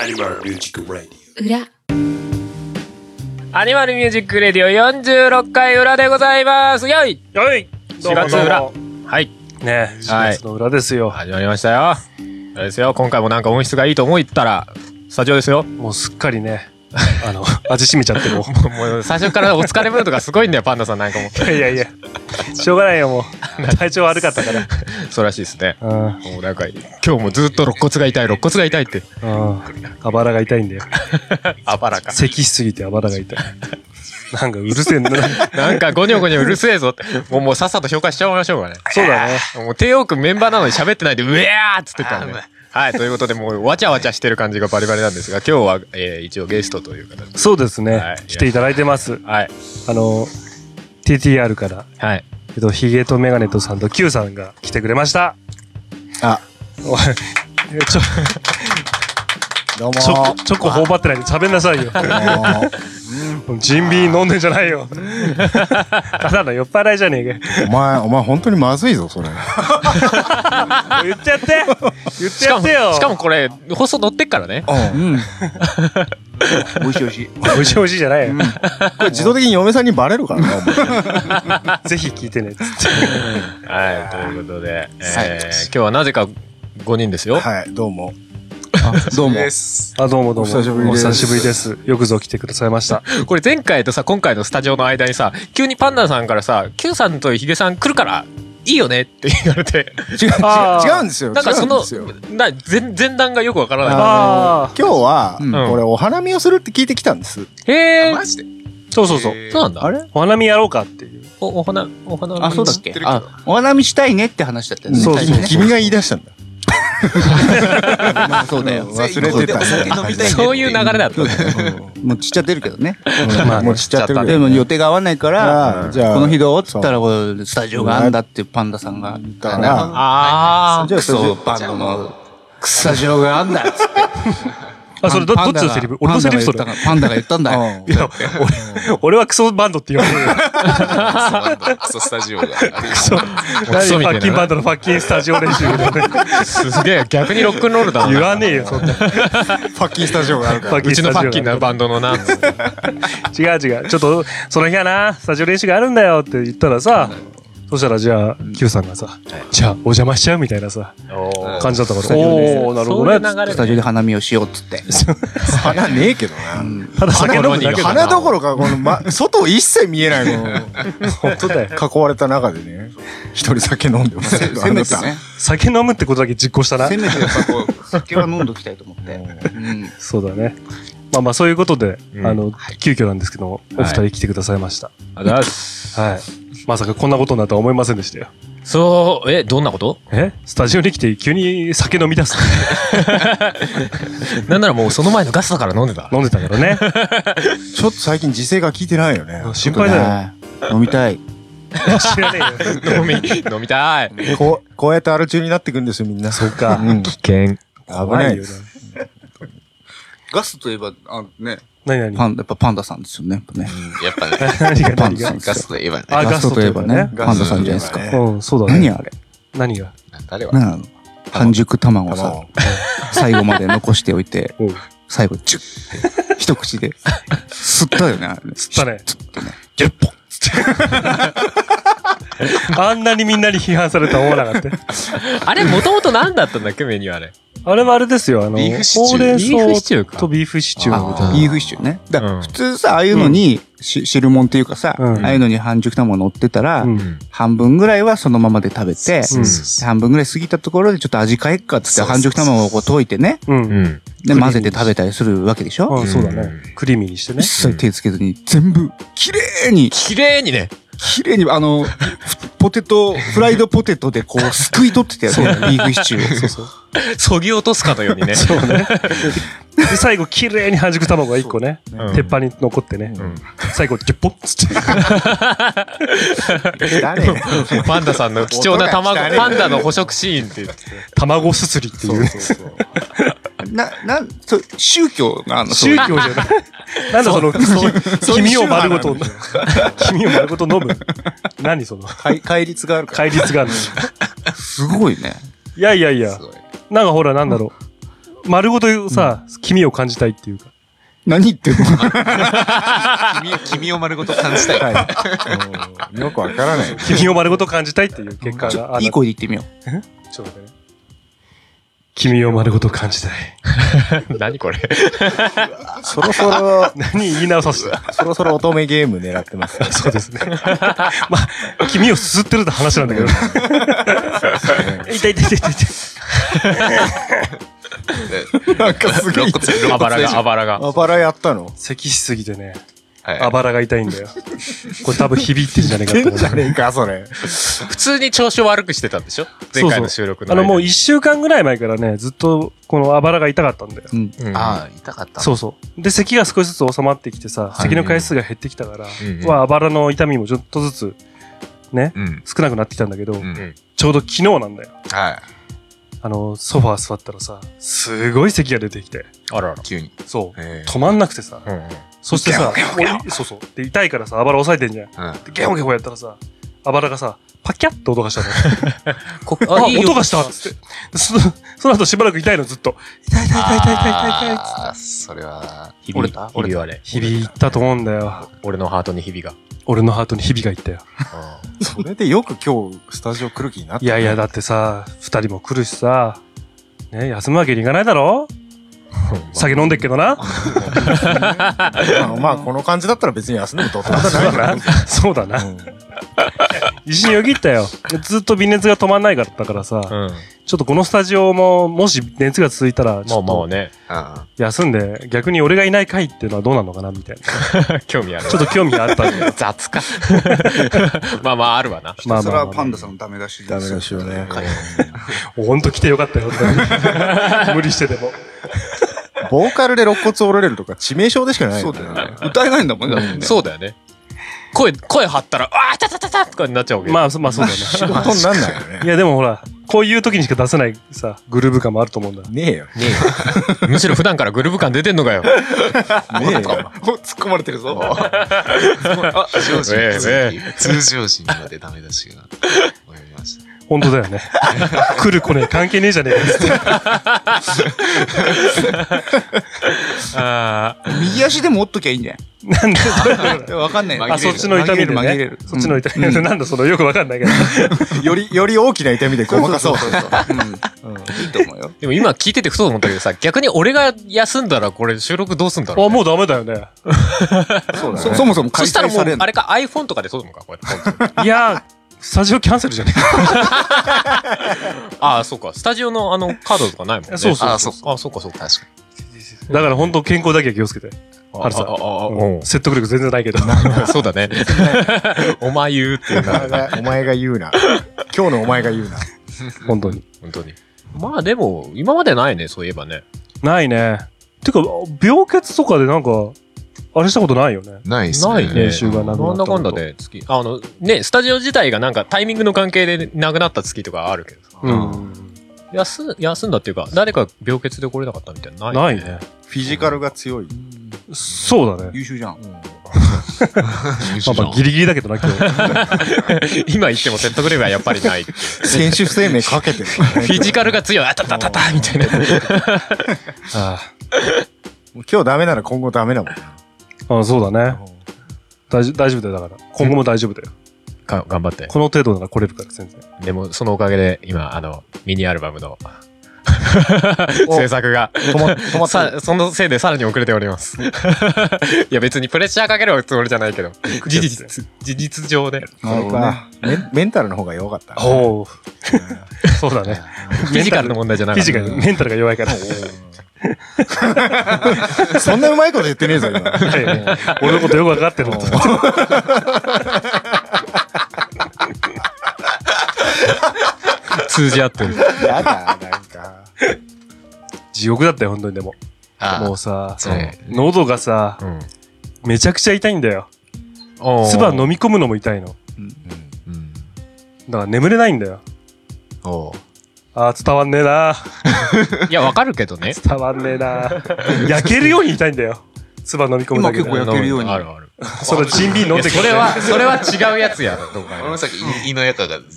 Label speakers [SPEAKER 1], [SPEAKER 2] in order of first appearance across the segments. [SPEAKER 1] アニマルミュージックラディ
[SPEAKER 2] 裏
[SPEAKER 3] アニマルミュージックレディオ46回裏でございますよい
[SPEAKER 4] はい。
[SPEAKER 3] 4月裏はい
[SPEAKER 4] ね、
[SPEAKER 3] はい
[SPEAKER 4] 4月の裏ですよ。
[SPEAKER 3] 始まりましたよあれですよ今回もなんか音質がいいと思いったらスタジオですよ
[SPEAKER 4] もうすっかりね、あの、味しめちゃ ってもう。
[SPEAKER 3] もう最初からお疲れムードがすごいんだよパンダさんなんかも
[SPEAKER 4] いやいやいや、しょうがないよ、もう。体調悪かったから。
[SPEAKER 3] そうらしいですね
[SPEAKER 4] うん、
[SPEAKER 3] もうなんか今日もずっと肋骨が痛い肋骨が痛いって
[SPEAKER 4] うん。あばらが痛いんだよ。
[SPEAKER 3] あばらか
[SPEAKER 4] 咳しすぎてあばらが痛い。なんかうるせえんだな。
[SPEAKER 3] なんかゴニョゴニョうるせえぞってもうもうさっさと紹介しちゃいましょうかね
[SPEAKER 4] そうだね。
[SPEAKER 3] もう帝王君メンバーなのに喋ってないで、うえーっつってたんで。はい、ということで、もうわちゃわちゃしてる感じがバリバリなんですが、今日は、えー一応ゲストという形で。
[SPEAKER 4] そうですね、
[SPEAKER 3] はい
[SPEAKER 4] 来ていただいてます。
[SPEAKER 3] はい。
[SPEAKER 4] あの、TTR から、
[SPEAKER 3] はい。
[SPEAKER 4] えっと、ヒゲとメガネとさんと Q さんが来てくれました。
[SPEAKER 5] あ、
[SPEAKER 4] おいちょ、
[SPEAKER 5] どうも
[SPEAKER 4] チョコ、チョコ頬張ってないで喋んなさいよ。 ジンビー飲んでんじゃないよ。ただの酔っ払いじゃねえ
[SPEAKER 5] お前、お前本当にまずいぞ、それ。
[SPEAKER 4] かよ。言ってやって言って
[SPEAKER 3] し
[SPEAKER 4] や
[SPEAKER 3] か
[SPEAKER 4] っ
[SPEAKER 3] も、
[SPEAKER 4] てよ
[SPEAKER 3] しかもこれ、放送乗ってっからね。
[SPEAKER 5] うん。
[SPEAKER 6] 美味しい美味しい。
[SPEAKER 4] おいしいおいしいじゃないよ。
[SPEAKER 5] これ自動的に嫁さんにバレるからね、お前
[SPEAKER 4] ぜひ聞いてね。つって
[SPEAKER 3] はい、ということで、えー今日はなぜか5人ですよ。
[SPEAKER 5] はい、どうも。どうも。
[SPEAKER 4] あ、どうもどうも。
[SPEAKER 5] お久しぶりです
[SPEAKER 4] お久しぶりです。よくぞ来てくださいました。
[SPEAKER 3] これ前回とさ、今回のスタジオの間にさ、急にパンダさんからさ、Q さんとヒデさん来るから、いいよねって言われて、
[SPEAKER 5] 違う、違
[SPEAKER 4] あー
[SPEAKER 5] う違うんですよ。
[SPEAKER 3] なんかそ
[SPEAKER 5] 違うん
[SPEAKER 3] の
[SPEAKER 5] ですよ、
[SPEAKER 3] な前前段がよくわからな
[SPEAKER 4] あ
[SPEAKER 5] 今日は、
[SPEAKER 6] うん
[SPEAKER 5] 俺お花見をするって聞いてきたんです。
[SPEAKER 3] い。へえ、
[SPEAKER 6] マジで
[SPEAKER 4] そうそうそう。
[SPEAKER 3] そうなんだ。
[SPEAKER 5] あれ
[SPEAKER 4] お花見やろうかっていう。
[SPEAKER 3] お、お花、お花見
[SPEAKER 6] あ、そうだっ
[SPEAKER 3] して
[SPEAKER 6] けあ、お花見したいねって話だったよね。
[SPEAKER 4] そうそう
[SPEAKER 6] 最初ね
[SPEAKER 5] 君が言い出したんだ。
[SPEAKER 6] そう だよ。
[SPEAKER 5] 忘れてた
[SPEAKER 6] お酒飲みたいねって
[SPEAKER 3] そういう流れだった。
[SPEAKER 6] もうちっちゃ出るけどね。
[SPEAKER 5] うんもうしちゃってるけ
[SPEAKER 6] で
[SPEAKER 5] ど。
[SPEAKER 6] も予定が合わないか
[SPEAKER 5] あ
[SPEAKER 6] ら、
[SPEAKER 5] あじゃあ
[SPEAKER 6] この日どうっつったら、こうスタジオがあんだってパンダさんが言った
[SPEAKER 5] だから
[SPEAKER 6] ら、
[SPEAKER 3] あ
[SPEAKER 5] じゃあ
[SPEAKER 6] ク
[SPEAKER 5] それ
[SPEAKER 6] ソパンダのスタジオがあんだっつって。
[SPEAKER 4] あ、それど、ど
[SPEAKER 6] パ
[SPEAKER 4] っ
[SPEAKER 6] ンダ
[SPEAKER 4] ち
[SPEAKER 6] が
[SPEAKER 4] のセリフ俺のセリフそれ。
[SPEAKER 6] パンダが言ったん
[SPEAKER 5] う
[SPEAKER 6] だ。
[SPEAKER 4] い
[SPEAKER 5] ん
[SPEAKER 4] や、俺、俺はクソバンドって言われるよ。
[SPEAKER 7] クソスタジオがある。
[SPEAKER 4] そう。
[SPEAKER 3] クソみ
[SPEAKER 4] 何
[SPEAKER 3] たいな
[SPEAKER 4] ファッキンバンドのファッキンスタジオ練習
[SPEAKER 3] すげえ、逆にロックンロールだ
[SPEAKER 4] 言
[SPEAKER 3] な。
[SPEAKER 4] わねえよ、そんな。フ
[SPEAKER 5] ファッキンスタジオがあるか
[SPEAKER 4] ァ
[SPEAKER 5] ら。
[SPEAKER 4] ッキ
[SPEAKER 3] う
[SPEAKER 4] ン
[SPEAKER 3] ち
[SPEAKER 4] ス
[SPEAKER 3] の
[SPEAKER 4] タ
[SPEAKER 3] フ
[SPEAKER 4] ジ
[SPEAKER 3] ァッキー
[SPEAKER 4] オ が。
[SPEAKER 3] なバンドのな。
[SPEAKER 4] 違う違う。ちょっと、その日はな、スタジオ練習があるんだよって言ったらさ、そしたらじゃあ、Q さんがさ、じゃあ、お邪魔しちゃうみたいなさ、感じだったから、おー、なるほどね。
[SPEAKER 3] ね
[SPEAKER 6] スタジオで花見をしようっつって。
[SPEAKER 5] 花ねえけどな。
[SPEAKER 4] ただ酒飲むだけだ
[SPEAKER 5] 花どころか、この、ま、外一切見えないの。
[SPEAKER 4] 本当だよ。
[SPEAKER 5] 囲われた中でね、一人酒飲んでますけど。
[SPEAKER 6] せめてね。
[SPEAKER 4] 酒飲むってことだけ実行したな
[SPEAKER 6] せ。めてやっぱこう、酒は飲んどきたいと思って。うん。
[SPEAKER 4] そうだね。まあまあ、そういうことで、
[SPEAKER 3] うん
[SPEAKER 4] あの、急遽なんですけども、お二人来てくださいました。
[SPEAKER 3] あざっす。
[SPEAKER 4] はい。まさかこんなことになるとは思いませんでしたよ。
[SPEAKER 3] そう、え、どんなこと
[SPEAKER 4] えスタジオに来て急に酒飲み出す。
[SPEAKER 3] なんならもうその前のガスだから飲んでた。
[SPEAKER 4] 飲んでたから ね。
[SPEAKER 5] あのちょっと最近時勢が効いてないよね。
[SPEAKER 4] 心配だよ。
[SPEAKER 6] よ。飲みたい。
[SPEAKER 4] 知らねえよ。
[SPEAKER 3] 飲み、飲みたい。
[SPEAKER 5] こう、こうやってアル中になってくんですよ、みんな。
[SPEAKER 4] そうか。
[SPEAKER 5] うん。危
[SPEAKER 3] 険。
[SPEAKER 5] ない
[SPEAKER 4] よ
[SPEAKER 5] で
[SPEAKER 4] な
[SPEAKER 5] す。
[SPEAKER 6] ガスといえば、あね、
[SPEAKER 4] 何何
[SPEAKER 6] パン、やっぱパンダさんですよね。やっぱね。
[SPEAKER 7] やっぱ ね、
[SPEAKER 4] 何が
[SPEAKER 6] パン
[SPEAKER 4] 何
[SPEAKER 6] ダさ
[SPEAKER 4] が
[SPEAKER 6] んです
[SPEAKER 7] ガ
[SPEAKER 6] よ
[SPEAKER 7] ス。といえばね。
[SPEAKER 4] あ
[SPEAKER 6] ガストといえばね、
[SPEAKER 5] ガ
[SPEAKER 6] パンダ
[SPEAKER 5] ス
[SPEAKER 6] さ
[SPEAKER 5] トと
[SPEAKER 6] んじ
[SPEAKER 5] いえばね
[SPEAKER 6] ゃないですか。
[SPEAKER 4] うん、そうだね。
[SPEAKER 6] 何あれ
[SPEAKER 4] 何が
[SPEAKER 7] 誰は
[SPEAKER 6] 何あの半熟卵をさ、最後まで残しておいて
[SPEAKER 4] うん、
[SPEAKER 6] 最後、チュッって、一口で、吸ったよね、あれ。
[SPEAKER 4] つったね。
[SPEAKER 6] ジュッポン
[SPEAKER 4] あんなにみんなに批判されたと思わなかった。
[SPEAKER 3] あれ、もともと何だったんだっけ、メニューあれ。
[SPEAKER 4] あれはあれですよ、あの、
[SPEAKER 7] ビーフシチュー
[SPEAKER 4] ほうれん
[SPEAKER 3] ビーフシ
[SPEAKER 4] 草
[SPEAKER 3] チューか
[SPEAKER 4] と。ビーフシチューみたい
[SPEAKER 6] あビーフシチューね。だか
[SPEAKER 3] うん
[SPEAKER 6] ら普通さ、ああいうのに、し汁物っていうかさ、
[SPEAKER 4] うん
[SPEAKER 6] ああいうのに半熟卵乗ってたら、
[SPEAKER 4] な。
[SPEAKER 3] うん
[SPEAKER 6] 半分ぐらいはそのままで食べて、
[SPEAKER 4] う
[SPEAKER 6] 半分ぐらい過ぎたところでちょっと味変えっかっつって半熟卵をこう溶いてね、
[SPEAKER 4] うん。うん。
[SPEAKER 3] うん。
[SPEAKER 6] で混ぜて食べたりするわけでしょ
[SPEAKER 4] あそうだね。クリーミーにしてね
[SPEAKER 6] 一。切手つけずに全部綺麗に、
[SPEAKER 3] 綺麗にね。
[SPEAKER 6] 綺麗にあの、ふポテト、フライドポテトでこうすくい取ってたよね、ビーフシチューを。そうそう。
[SPEAKER 3] そぎ落とすかのようにね。
[SPEAKER 4] そうね。で、最後、綺麗に半熟卵が一個ね、鉄板に残ってね。最後、10本っつって。
[SPEAKER 5] 誰
[SPEAKER 3] パンダさんの貴重な卵、
[SPEAKER 5] 音が汚い
[SPEAKER 3] パンダの捕食シーンって言って。
[SPEAKER 4] 卵すすりっていうね。
[SPEAKER 6] な、な、そう宗教があんの
[SPEAKER 4] 宗教じゃない。なんだその、君を丸ごと、君を丸ごと飲む。何その、
[SPEAKER 5] 戒戒律があるから。
[SPEAKER 4] 戒律があるの。
[SPEAKER 6] すごいね。
[SPEAKER 4] いやいやいや、なんかほらなんだろう。丸ごとさ、黄身を感じたいっていうか。
[SPEAKER 6] 何言ってんの
[SPEAKER 7] 君を君を丸ごと感じたい。
[SPEAKER 5] うんよくわからない。
[SPEAKER 4] 黄身を丸ごと感じたいっていう結果
[SPEAKER 6] ち
[SPEAKER 4] が
[SPEAKER 6] ょ
[SPEAKER 4] あ
[SPEAKER 6] いい声で言ってみよう。
[SPEAKER 4] ちょっと待ってね。君を丸ごと感じたい。
[SPEAKER 3] 何これ。
[SPEAKER 5] そろそろ、
[SPEAKER 4] 何言い直させた
[SPEAKER 5] そろそろ乙女ゲーム狙ってます。
[SPEAKER 4] そうですね。 まあ、君をすすってるって話なんだけど。 痛い痛い痛い痛い痛い。
[SPEAKER 5] なんかすげえ
[SPEAKER 7] 肋。骨、肋
[SPEAKER 3] あば
[SPEAKER 7] 骨
[SPEAKER 3] ら
[SPEAKER 7] で
[SPEAKER 3] が、あばらが。
[SPEAKER 5] あばらやったの
[SPEAKER 4] 咳しすぎてね、あ
[SPEAKER 7] は
[SPEAKER 4] ばらが痛いんだよ。これ多分響いてんじゃねえかって
[SPEAKER 5] 変
[SPEAKER 4] 思う
[SPEAKER 5] じゃねえか、それ。
[SPEAKER 3] 普通に調子を悪くしてたんでしょ前回の収録の
[SPEAKER 4] あ
[SPEAKER 3] 間
[SPEAKER 4] の
[SPEAKER 3] に。
[SPEAKER 4] もう一週間ぐらい前からね、ずっとこのあばらが痛かったんだよ。
[SPEAKER 3] うん
[SPEAKER 7] ああ、痛かった。
[SPEAKER 4] そうそう。で、咳が少しずつ収まってきてさ、咳の回数が減ってきたから、
[SPEAKER 3] うん
[SPEAKER 4] まあ、あばらの痛みもちょっとずつ、ね、
[SPEAKER 7] うん。
[SPEAKER 4] 少なくなってきたんだけど、
[SPEAKER 7] ん
[SPEAKER 4] ちょうど昨日なんだよ。
[SPEAKER 7] は
[SPEAKER 4] あの、ソファー座ったらさ、すごい咳が出てきて、
[SPEAKER 3] あらら
[SPEAKER 7] い。。急に。
[SPEAKER 4] そう、
[SPEAKER 7] ええ
[SPEAKER 4] 止まんなくてさ、
[SPEAKER 3] うんうん
[SPEAKER 4] そしてさ、もういそうそう。で、痛いからさ、あばら押さえてんじゃん。
[SPEAKER 7] うん。
[SPEAKER 4] で、ゲホゲホやったらさ、あばらがさ、パキャッと音がした の。
[SPEAKER 3] こ
[SPEAKER 4] あ、音がしたっつって。でその、その後しばらく痛いのずっと。痛い痛い痛い痛い痛い痛いっつって。
[SPEAKER 7] ああ、それは、
[SPEAKER 3] ひび
[SPEAKER 7] 折れた
[SPEAKER 3] ひび割れ。
[SPEAKER 4] 響いたと思うんだよ。
[SPEAKER 3] 俺のハートにひびが。
[SPEAKER 4] 俺のハートにひびがいったよ。
[SPEAKER 5] それでよく今日、スタジオ来る気になった。
[SPEAKER 4] いやいや、だってさ、二人も来るしさ、ね、休むわけにいかないだろ酒飲んでっけどな。
[SPEAKER 5] まあ、まあ、この感じだったら別に休んでもどうってことないから。
[SPEAKER 4] そうだな。
[SPEAKER 5] うん
[SPEAKER 4] 自信よぎったよ。ずっと微熱が止まんないからだからさ、
[SPEAKER 3] うん。
[SPEAKER 4] ちょっとこのスタジオも、もし熱が続いたら、ち
[SPEAKER 3] ま
[SPEAKER 4] ょ
[SPEAKER 3] あ
[SPEAKER 4] っ
[SPEAKER 3] まあ
[SPEAKER 4] と
[SPEAKER 3] ね。
[SPEAKER 7] あ
[SPEAKER 4] 休んで、逆に俺がいない回っていうのはどうなのかな、みたいな。
[SPEAKER 3] 興味ある。
[SPEAKER 4] ちょっと興味があったんだよ
[SPEAKER 3] 雑か。 まあまああるわな。
[SPEAKER 4] まあ
[SPEAKER 6] そ
[SPEAKER 4] ま
[SPEAKER 6] れ
[SPEAKER 4] あ
[SPEAKER 6] は
[SPEAKER 4] まあ
[SPEAKER 6] パンダさんのダメ出しです。
[SPEAKER 5] ダメだしよね。
[SPEAKER 4] ほんと来てよかったよ、本当に無理してでも。
[SPEAKER 5] ボーカルで肋骨折れるとか致命傷でしかない
[SPEAKER 6] そ
[SPEAKER 5] よ
[SPEAKER 6] う
[SPEAKER 5] ね。
[SPEAKER 6] だよね。歌えないんだもんねだってね。
[SPEAKER 3] そうだよね。声、声張ったら、ああ、たたたたとかになっちゃうわけ。
[SPEAKER 4] まあ、そまあそうだよね。
[SPEAKER 5] 仕事になんないよね
[SPEAKER 4] い。やでもほら、こういう時にしか出せないさ、グルーヴ感もあると思うんだ。
[SPEAKER 5] ねえよ。
[SPEAKER 3] ねえよむしろ普段からグルーヴ感出てんのかよ。
[SPEAKER 5] ねえよ。
[SPEAKER 6] お突っ込まれてるぞ。
[SPEAKER 7] あ。常時
[SPEAKER 3] ええ
[SPEAKER 7] に続き、通常時にまでダメ出しが及びました。
[SPEAKER 4] 本当だよね。 来る来ねえ関係ねえじゃねえか。
[SPEAKER 3] ああ、
[SPEAKER 6] 右足でも折っときゃいいんじゃ
[SPEAKER 4] なんで
[SPEAKER 6] ないわかんない。
[SPEAKER 7] あ
[SPEAKER 4] あ、そっちの痛みで
[SPEAKER 6] 紛れ
[SPEAKER 4] ね
[SPEAKER 6] る。。
[SPEAKER 4] そっちの痛みで、なんだそのよくわかんないけど。
[SPEAKER 5] より、より大きな痛みでごまかそう。
[SPEAKER 6] うん。いいと思うよ。
[SPEAKER 3] でも今聞いててふと思ったけどさ、逆に俺が休んだらこれ収録どうすんだろ
[SPEAKER 4] あ、
[SPEAKER 3] う、ね。
[SPEAKER 4] もうダメだよね。
[SPEAKER 5] そうだ
[SPEAKER 6] そ
[SPEAKER 5] ね。
[SPEAKER 6] そもそも
[SPEAKER 3] そ
[SPEAKER 6] 開
[SPEAKER 3] したら
[SPEAKER 6] 催
[SPEAKER 3] も
[SPEAKER 6] され
[SPEAKER 3] う、
[SPEAKER 6] んの
[SPEAKER 3] あれか iPhone とかで撮るのか、こうやって。
[SPEAKER 4] いやー、スタジオキャンセルじゃねえか。
[SPEAKER 3] ああ、そうか。スタジオのあのカードとかないもんね。
[SPEAKER 4] そうそう
[SPEAKER 7] そう
[SPEAKER 3] ああ、そうか、そうか。
[SPEAKER 7] 確か
[SPEAKER 4] だから本当健康だけは気をつけて。
[SPEAKER 3] あ
[SPEAKER 4] ハルさん
[SPEAKER 3] あああ
[SPEAKER 4] うん説得力全然ないけど。
[SPEAKER 3] うんそうだね。お前言うっていう
[SPEAKER 5] お前
[SPEAKER 3] な。
[SPEAKER 5] がお前が言うな。 今日のお前が言うな。
[SPEAKER 4] 本当に。
[SPEAKER 3] 本当に。まあでも、今までないね、そういえばね。
[SPEAKER 4] ないね。てか、病欠とかでなんか、あれしたことないよね。
[SPEAKER 7] に。ないっすね。
[SPEAKER 3] ないね。
[SPEAKER 4] 練習がなくなった
[SPEAKER 3] んだかんだで月、あの、ね、スタジオ自体がなんかタイミングの関係でなくなった月とかあるけどさ。
[SPEAKER 4] うん。
[SPEAKER 3] 休、休んだっていうか、誰か病欠で来れなかったみたいなのな、
[SPEAKER 4] ないいね。
[SPEAKER 5] フィジカルが強い。
[SPEAKER 4] そうだね。
[SPEAKER 6] 優秀じゃん。
[SPEAKER 4] まあ
[SPEAKER 7] 優秀じゃん
[SPEAKER 4] まあギリギリだけどな、今日。
[SPEAKER 3] 今言っても説得力はやっぱりない。フ
[SPEAKER 5] 選手生命かけてるからね。
[SPEAKER 3] ィジカルが強い。あたたたたみたいな。
[SPEAKER 4] あ
[SPEAKER 5] 今日ダメなら今後ダメだもんな。
[SPEAKER 4] あ、そうだね。大丈夫大丈夫だよ、だから。今後も大丈夫だよ。
[SPEAKER 3] か頑張って。
[SPEAKER 4] この程度なら来れるから、全然。
[SPEAKER 3] でも、そのおかげで、今、あの、ミニアルバム の制作が。
[SPEAKER 5] 止ま止まった。
[SPEAKER 3] さそのせいでさらに遅れております。 いや別にプレッシャーかけるつもりじゃないけど、事実、事実上ね。
[SPEAKER 5] なるかメンメンタルの方が弱かった。
[SPEAKER 4] おお。そうだね。
[SPEAKER 3] フィジカルの問題 じゃな
[SPEAKER 4] フ
[SPEAKER 3] か
[SPEAKER 4] ィ
[SPEAKER 3] った
[SPEAKER 4] ジカル、メンタルが弱いから。
[SPEAKER 5] そんなうまいこと言ってねえぞ、今。
[SPEAKER 4] いやいや俺のことよく分かってるの。
[SPEAKER 3] 通じ合ってる。
[SPEAKER 5] やだ、なんか。
[SPEAKER 4] 地獄だったよ、本当にでも。
[SPEAKER 7] あ
[SPEAKER 4] もうさ、
[SPEAKER 7] そう
[SPEAKER 4] 喉がさ、
[SPEAKER 3] うん。
[SPEAKER 4] めちゃくちゃ痛いんだよ。
[SPEAKER 3] おー
[SPEAKER 4] 唾飲み込むのも痛いの。
[SPEAKER 7] うん。
[SPEAKER 4] だから眠れないんだよ。
[SPEAKER 7] おう
[SPEAKER 4] ああ、伝わんねえな。
[SPEAKER 3] いや、わかるけどね。
[SPEAKER 4] 伝わんねえな。焼けるように痛いんだよ。唾飲み込むだけで
[SPEAKER 6] 今。結構焼けるように
[SPEAKER 3] あるある。
[SPEAKER 4] そのジンビー
[SPEAKER 3] い
[SPEAKER 4] 飲ん
[SPEAKER 3] や
[SPEAKER 4] で
[SPEAKER 3] それは、それは違うやつやろ、どうか
[SPEAKER 7] この
[SPEAKER 3] よ
[SPEAKER 7] 先、い胃のやかが、
[SPEAKER 5] ウイ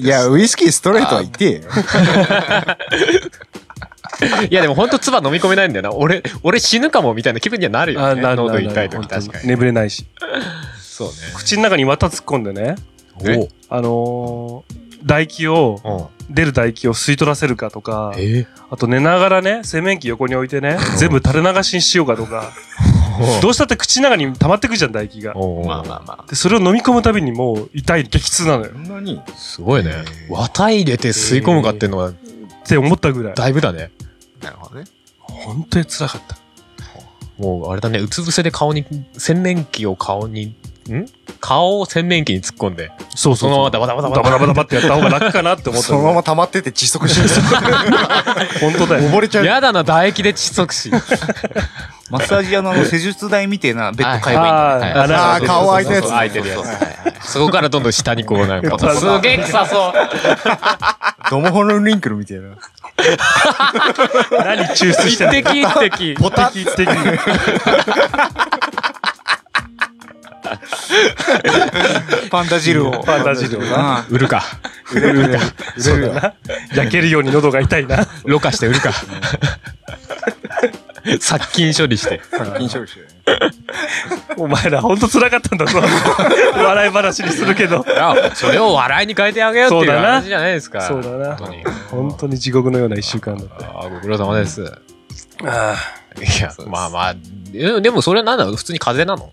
[SPEAKER 5] いや、ウイスキーストレートは痛えよ。
[SPEAKER 3] いやでも本当唾飲み込めないんだよな。俺、俺死ぬかもみたいな気分にはなるよ
[SPEAKER 4] あ
[SPEAKER 3] ね。
[SPEAKER 4] なる
[SPEAKER 3] 喉
[SPEAKER 4] な
[SPEAKER 3] 痛い
[SPEAKER 4] る
[SPEAKER 3] 時確かに。
[SPEAKER 4] 眠れないし
[SPEAKER 3] そうね。
[SPEAKER 4] 口の中に綿突っ込んでね
[SPEAKER 3] お
[SPEAKER 4] あのー唾液を
[SPEAKER 3] お。
[SPEAKER 4] 出る唾液を吸い取らせるかとか
[SPEAKER 3] え
[SPEAKER 4] あと寝ながらね洗面器横に置いてね全部垂れ流しにしようかとか
[SPEAKER 3] ど
[SPEAKER 4] どうしたって口の中に溜まってくじゃん唾液が
[SPEAKER 3] お
[SPEAKER 7] まあまあま
[SPEAKER 4] でそれを飲み込むたびにもう痛い激痛なのよ
[SPEAKER 5] そんなに
[SPEAKER 3] あ。すごいね。綿入れて吸い込むかっていうのは
[SPEAKER 4] って思ったぐらい
[SPEAKER 3] だいぶだね。
[SPEAKER 7] あ。なるほどね。
[SPEAKER 4] 本当に辛かった
[SPEAKER 3] もうあれだね、うつ伏せで顔に、洗面器を顔に、ん顔を洗面器に突っ込んで、
[SPEAKER 4] そう
[SPEAKER 3] そ
[SPEAKER 4] そう
[SPEAKER 3] のまま
[SPEAKER 4] そう
[SPEAKER 3] ダバダバダ
[SPEAKER 4] ダ
[SPEAKER 3] バダ
[SPEAKER 4] バダバダバってやった方が楽かなって思った
[SPEAKER 5] そのまま溜まってて窒息してる
[SPEAKER 4] 本当だよ
[SPEAKER 5] 溺れちゃう
[SPEAKER 3] やだな、唾液で窒息 死。
[SPEAKER 6] マッサージ屋のあの施術台みてえなベッド買えばいいんだよ
[SPEAKER 4] あー
[SPEAKER 5] あー
[SPEAKER 4] あー
[SPEAKER 5] 顔開いたやつ
[SPEAKER 3] 空いてるやつ。そこからどんどん下にこうなんか、
[SPEAKER 4] そう
[SPEAKER 3] すげえ臭そう。
[SPEAKER 5] ドモホルンリンクルみたいな
[SPEAKER 4] 何抽出して
[SPEAKER 3] 一
[SPEAKER 4] んの
[SPEAKER 3] 滴一滴。
[SPEAKER 4] ポタッ的
[SPEAKER 6] パンダ汁を。
[SPEAKER 4] パンダ汁をな
[SPEAKER 6] な。
[SPEAKER 3] 売るか。
[SPEAKER 5] 売れるよ売れるよ
[SPEAKER 4] 焼けるように喉が痛い な
[SPEAKER 3] ろ過して売るか。 殺菌処理して。
[SPEAKER 5] 殺菌処理してるね
[SPEAKER 4] お前ら本当辛かったんだ ぞ笑い話にするけど
[SPEAKER 3] それを笑いに変えてあげようっていう
[SPEAKER 4] そうだな
[SPEAKER 3] 話じゃないですか。
[SPEAKER 4] そうだ
[SPEAKER 3] 本
[SPEAKER 4] な
[SPEAKER 3] 当に
[SPEAKER 4] 本当に地獄のような一週間だった
[SPEAKER 3] ああ、ご苦労様です。い
[SPEAKER 4] あ
[SPEAKER 3] や、まあまあ、えでもそれなんだろう普通に風邪なの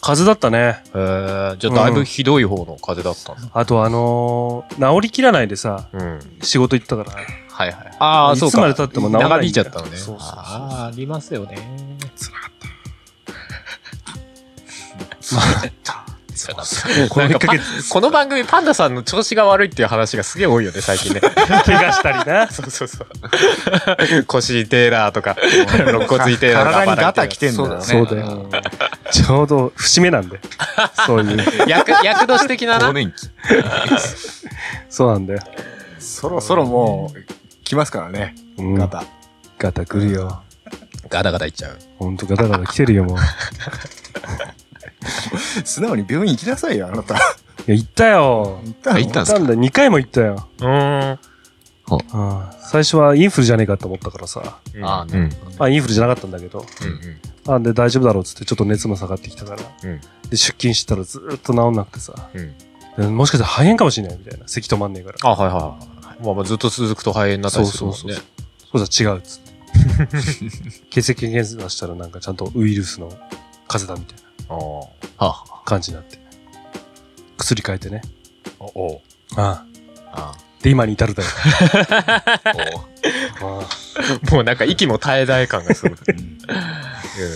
[SPEAKER 4] 風邪だったね
[SPEAKER 3] えー、じゃあだいぶひどい方の風邪だったんだ。
[SPEAKER 4] あとあのー治りきらないでさ
[SPEAKER 3] うん。
[SPEAKER 4] 仕事行ったから
[SPEAKER 7] はいはい。
[SPEAKER 3] あ
[SPEAKER 4] いつまで経っても治らない
[SPEAKER 3] 長引いちゃったのね。
[SPEAKER 4] そうそうそう
[SPEAKER 3] ああ、ありますよね。辛かった。辛かった。
[SPEAKER 4] この
[SPEAKER 3] なん
[SPEAKER 4] 1
[SPEAKER 3] か
[SPEAKER 4] ヶ
[SPEAKER 3] パ
[SPEAKER 4] 月
[SPEAKER 3] この番組パンダさんの調子が悪いっていう話がすげえ多いよね最近ね
[SPEAKER 4] 怪我したりな
[SPEAKER 3] そうそうそう腰テーラーとか肋骨テーラー
[SPEAKER 5] 体にガタ来てんだ
[SPEAKER 6] そう
[SPEAKER 5] よ
[SPEAKER 6] だね。
[SPEAKER 4] そうだよちょうど節目なんでそういう
[SPEAKER 3] 役役年的なな
[SPEAKER 7] 更年期。
[SPEAKER 4] そうなんだよ、
[SPEAKER 5] そろそろもう来ますからね
[SPEAKER 4] うん、
[SPEAKER 5] ガタ
[SPEAKER 4] ガタ来るよ
[SPEAKER 3] ガタガタいっちゃう
[SPEAKER 4] ほんとガタガタ来てるよもう
[SPEAKER 5] 素直に病院行きなさいよあなた
[SPEAKER 4] いや行ったよ
[SPEAKER 5] 行ったの
[SPEAKER 7] あ行ったんです
[SPEAKER 4] な
[SPEAKER 7] か
[SPEAKER 4] んだ2回も行ったよ
[SPEAKER 3] うーん
[SPEAKER 4] ああ最初はインフルじゃねえかと思ったからさ、
[SPEAKER 7] ああ、なるほどね。
[SPEAKER 4] まあ、インフルじゃなかったんだけど、
[SPEAKER 3] うん
[SPEAKER 4] あで大丈夫だろうっつってちょっと熱も下がってきたから、
[SPEAKER 3] うん
[SPEAKER 4] で出勤してたらずーっと治んなくてさ、
[SPEAKER 3] うん
[SPEAKER 4] でもしかしたら肺炎かもしれないみたいな咳止まんねえから
[SPEAKER 3] あはいはいはいまあまあずっと続くと肺炎になったりするもんね
[SPEAKER 4] そうそうそそうじゃ違うっつって血液検査したらなんかちゃんとウイルスの風邪だみたい
[SPEAKER 7] はあはあ
[SPEAKER 4] な感じになって薬変えてね
[SPEAKER 3] ああおう
[SPEAKER 4] ああ
[SPEAKER 7] あ
[SPEAKER 4] で今に至るだよ
[SPEAKER 7] あおう
[SPEAKER 4] ああ
[SPEAKER 3] もうなんか息も絶え絶え感がすごい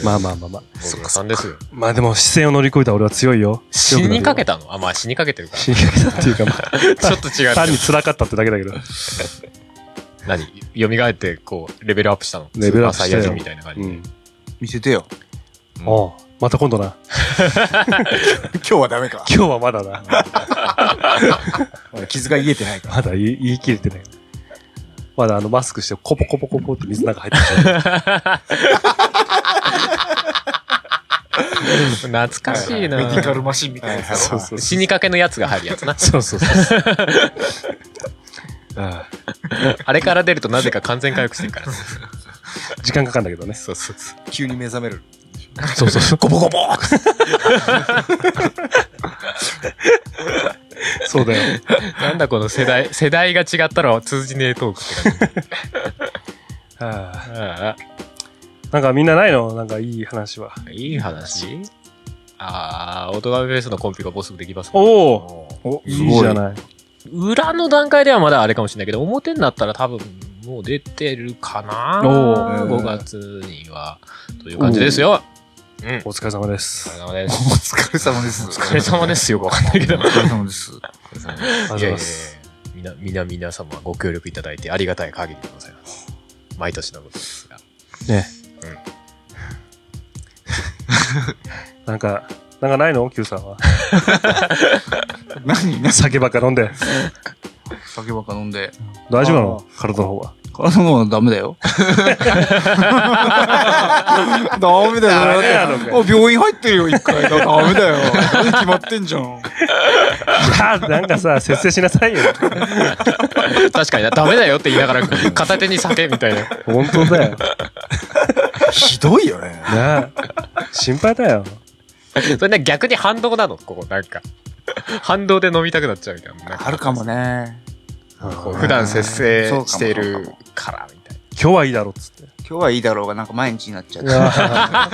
[SPEAKER 4] まあ
[SPEAKER 3] あ
[SPEAKER 4] まあまあまあ
[SPEAKER 3] そっかさんですよ
[SPEAKER 4] まあでも視線を乗り越えた俺は強いよ
[SPEAKER 3] 死にかけ
[SPEAKER 4] た
[SPEAKER 3] たのあまあ死にかけてるか
[SPEAKER 4] 死にかけたっていうかまあ
[SPEAKER 3] らちょっと違
[SPEAKER 4] 単に
[SPEAKER 3] う
[SPEAKER 4] 辛かったってだけだけど
[SPEAKER 3] 何蘇ってこうレベルアップしたの
[SPEAKER 4] レベルアップ
[SPEAKER 3] スーパーサイ
[SPEAKER 4] した
[SPEAKER 3] ヤ
[SPEAKER 4] よ
[SPEAKER 3] 人みたいな感じで、
[SPEAKER 4] うん
[SPEAKER 6] 見せてよ。
[SPEAKER 4] おうまた今度な。
[SPEAKER 5] 今日はダメか
[SPEAKER 4] 今日はまだな。
[SPEAKER 5] 傷が癒えてないから
[SPEAKER 4] まだ言い言い切れてない。まだあのマスクしてコポコポコポって水の中入ってきちゃう。
[SPEAKER 3] 懐かしいな
[SPEAKER 5] メディカルマシンみたいな
[SPEAKER 4] そうそう
[SPEAKER 3] 死にかけのやつが入るやつな
[SPEAKER 4] そうそうそう。あ
[SPEAKER 3] あれから出るとなぜか完全回復してるから
[SPEAKER 4] あ時間かかんだけどね。
[SPEAKER 3] そうそうそう
[SPEAKER 5] 急に目覚める
[SPEAKER 4] そうそうそう。コポコポ そうだよ。
[SPEAKER 3] なんだこの世代世代が違ったら通じねえトークって感じ
[SPEAKER 4] ああ
[SPEAKER 3] あ
[SPEAKER 4] なんかみんなないのなんかいい話は。
[SPEAKER 3] あいい話ああオートガメフェスのコンピがもうすぐできますね
[SPEAKER 4] おお
[SPEAKER 5] お
[SPEAKER 4] いいじゃない。
[SPEAKER 3] 裏の段階ではまだあれかもしれないけど表になったら多分もう出てるかな
[SPEAKER 4] おう
[SPEAKER 3] 5月にはという感じですようん
[SPEAKER 4] お疲れ様で
[SPEAKER 3] お
[SPEAKER 4] す。
[SPEAKER 3] 疲れ様で
[SPEAKER 6] お
[SPEAKER 3] す
[SPEAKER 6] 疲れ様です。お
[SPEAKER 3] お疲れ様ですよくわかんないけど
[SPEAKER 6] 疲れ様です。
[SPEAKER 4] ありがとうご
[SPEAKER 3] いやい
[SPEAKER 4] ざいま
[SPEAKER 3] や
[SPEAKER 4] す。
[SPEAKER 3] みな、みな、皆様ご協力いただいてありがたい限りでございます。毎年のことですが。
[SPEAKER 4] ね。なんか、なんかないの ?Q さんは。
[SPEAKER 6] 何何
[SPEAKER 4] 酒ばっか飲んで。
[SPEAKER 6] 酒ばっか飲んで。
[SPEAKER 4] 大丈夫な
[SPEAKER 6] あ
[SPEAKER 4] の体の方は。
[SPEAKER 1] あのもうダメだ よ。
[SPEAKER 4] ダメ
[SPEAKER 6] ダメだよ。
[SPEAKER 4] なのか
[SPEAKER 6] あ病院入ってるよ、一回。ダメだよ。決まってんじゃん。
[SPEAKER 4] じゃあ、なんかさ、節制しなさいよ。
[SPEAKER 3] 確かになダメだよって言いながら片手に酒みたいな
[SPEAKER 4] 本当だよ。
[SPEAKER 5] ひどいよね。
[SPEAKER 4] なあ。心配だよ。
[SPEAKER 3] それね逆に反動なのここなんか反動で飲みたくなっちゃうみたいななんか
[SPEAKER 6] あるかもね。
[SPEAKER 3] こう普段節制
[SPEAKER 6] そうかも
[SPEAKER 3] しているからみたい
[SPEAKER 4] 今日はいいだろっつって。
[SPEAKER 1] 今日はいいだろうが、なんか毎日になっちゃっ
[SPEAKER 4] うわぁ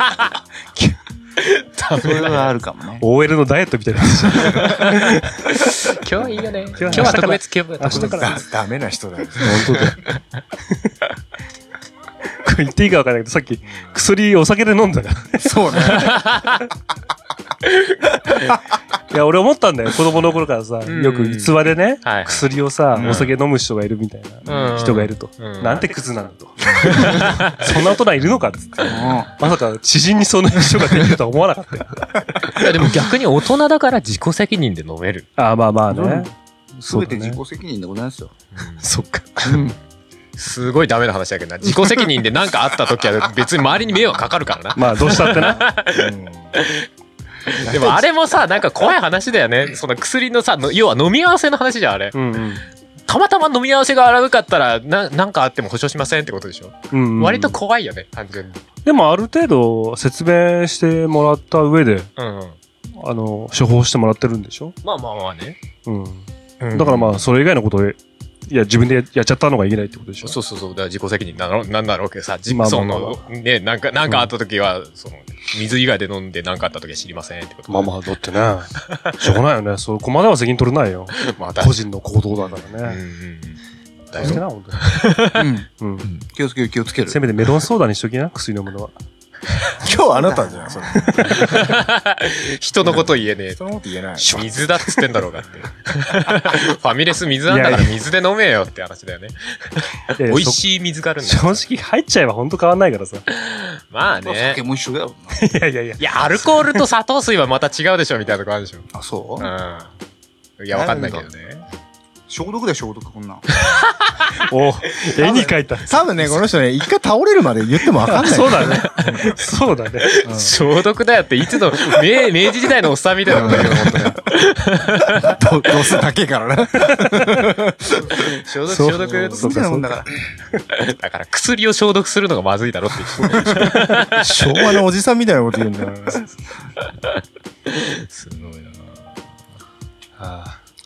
[SPEAKER 1] た。それ はあるかもね。
[SPEAKER 4] OL のダイエットみたいな話。
[SPEAKER 3] な 今日いいよね今
[SPEAKER 4] 今
[SPEAKER 3] 日
[SPEAKER 4] 日は
[SPEAKER 3] は
[SPEAKER 4] 特
[SPEAKER 3] 特
[SPEAKER 4] 別
[SPEAKER 3] 別今日は
[SPEAKER 4] 明日から。
[SPEAKER 5] だダメな人 だよ。
[SPEAKER 4] 本当だよ。これ言っていいか分からないけど、さっき薬お酒で飲んだから。
[SPEAKER 6] そうね。
[SPEAKER 4] いや、俺思ったんだよ。子供の頃からさ、
[SPEAKER 3] ん
[SPEAKER 4] よく逸話でね
[SPEAKER 3] はい、
[SPEAKER 4] 薬をさ、お酒飲む人がいるみたいな
[SPEAKER 3] うん
[SPEAKER 4] 人がいると。
[SPEAKER 3] うん
[SPEAKER 4] なんてクズなんだと。 そんな大人いるのかっつって。
[SPEAKER 1] うん
[SPEAKER 4] まさか知人にそんな人ができるとは思わなかったよ。
[SPEAKER 3] いやでも逆に大人だから自己責任で飲める
[SPEAKER 4] ああ、まあまあね。
[SPEAKER 1] すべて自己責任でございますよ。
[SPEAKER 4] そっか。
[SPEAKER 3] すごいダメな話だけどな自己責任で何かあった時は別に周りに迷惑かかるからな
[SPEAKER 4] まあ、どうしたって な。
[SPEAKER 3] でもあれもさなんか怖い話だよねその薬のさの要は飲み合わせの話じゃんあれ
[SPEAKER 4] うんうん
[SPEAKER 3] たまたま飲み合わせが荒かったらななんかあっても保証しませんってことでしょ、
[SPEAKER 4] うんうん。
[SPEAKER 3] 割と怖いよね単純に
[SPEAKER 4] でもある程度説明してもらった上で、
[SPEAKER 3] うんうん
[SPEAKER 4] あの、処方してもらってるんでしょ
[SPEAKER 3] まあまあまあね、
[SPEAKER 4] うん。だからまあ、それ以外のことを、いや、自分でやっちゃったのがいけないってことでしょ
[SPEAKER 3] そうそうそうだから自己責任なのなんだろうけどさ、じ
[SPEAKER 4] まあまあ
[SPEAKER 3] そ
[SPEAKER 4] まあ
[SPEAKER 3] のねなんかなんかあった時は、その水以外で飲んで何かあった時は知りませんってこと
[SPEAKER 4] まあまあ、だってね、 しょうがないよね。そこまでは責任取れないよ。
[SPEAKER 3] まあ
[SPEAKER 4] 個人の行動だから
[SPEAKER 3] うんう
[SPEAKER 4] ね。
[SPEAKER 3] ん
[SPEAKER 4] 気をつけな、本当に。うん。
[SPEAKER 1] 気をつける、気をつける
[SPEAKER 4] せ。めてメロンソーダにしときな、薬飲む のは。
[SPEAKER 5] 今日あなたじゃん、それ。
[SPEAKER 3] うん人のこと言えねえ
[SPEAKER 5] そんなこと言えない。
[SPEAKER 3] 水だっつってんだろ うがってファミレス水なんだから水で飲めよって話だよね
[SPEAKER 4] いや
[SPEAKER 3] 美
[SPEAKER 4] いや
[SPEAKER 3] 味
[SPEAKER 4] そ
[SPEAKER 3] しい水があるんだ
[SPEAKER 4] 正直入っちゃえば本当変わんないからさ。
[SPEAKER 3] まあね
[SPEAKER 1] 酒も一緒だよ。
[SPEAKER 4] いやいやいや。
[SPEAKER 3] いやアルコールと砂糖水はまた違うでしょみたいなとこあるでしょ
[SPEAKER 1] あ、そう
[SPEAKER 3] うんいやわかんないけどね
[SPEAKER 1] 消毒だよ、消毒、こんなん。
[SPEAKER 4] お絵に描いた。
[SPEAKER 5] 多分ね、この人ね、一回倒れるまで言ってもわかんない。
[SPEAKER 4] そうだね。そうだね。
[SPEAKER 3] 消毒だよっていつ の明明治時代のおっさんみたいなこと言うよ本当に
[SPEAKER 5] どどうせ高いからね。
[SPEAKER 3] 消毒
[SPEAKER 4] そう
[SPEAKER 3] 消毒
[SPEAKER 4] そう
[SPEAKER 1] みたいなもんだから。
[SPEAKER 3] だから薬を消毒するのがまずいだろって言って
[SPEAKER 5] 昭和のおじさんみたいなこと言うんだよね。
[SPEAKER 3] すごいな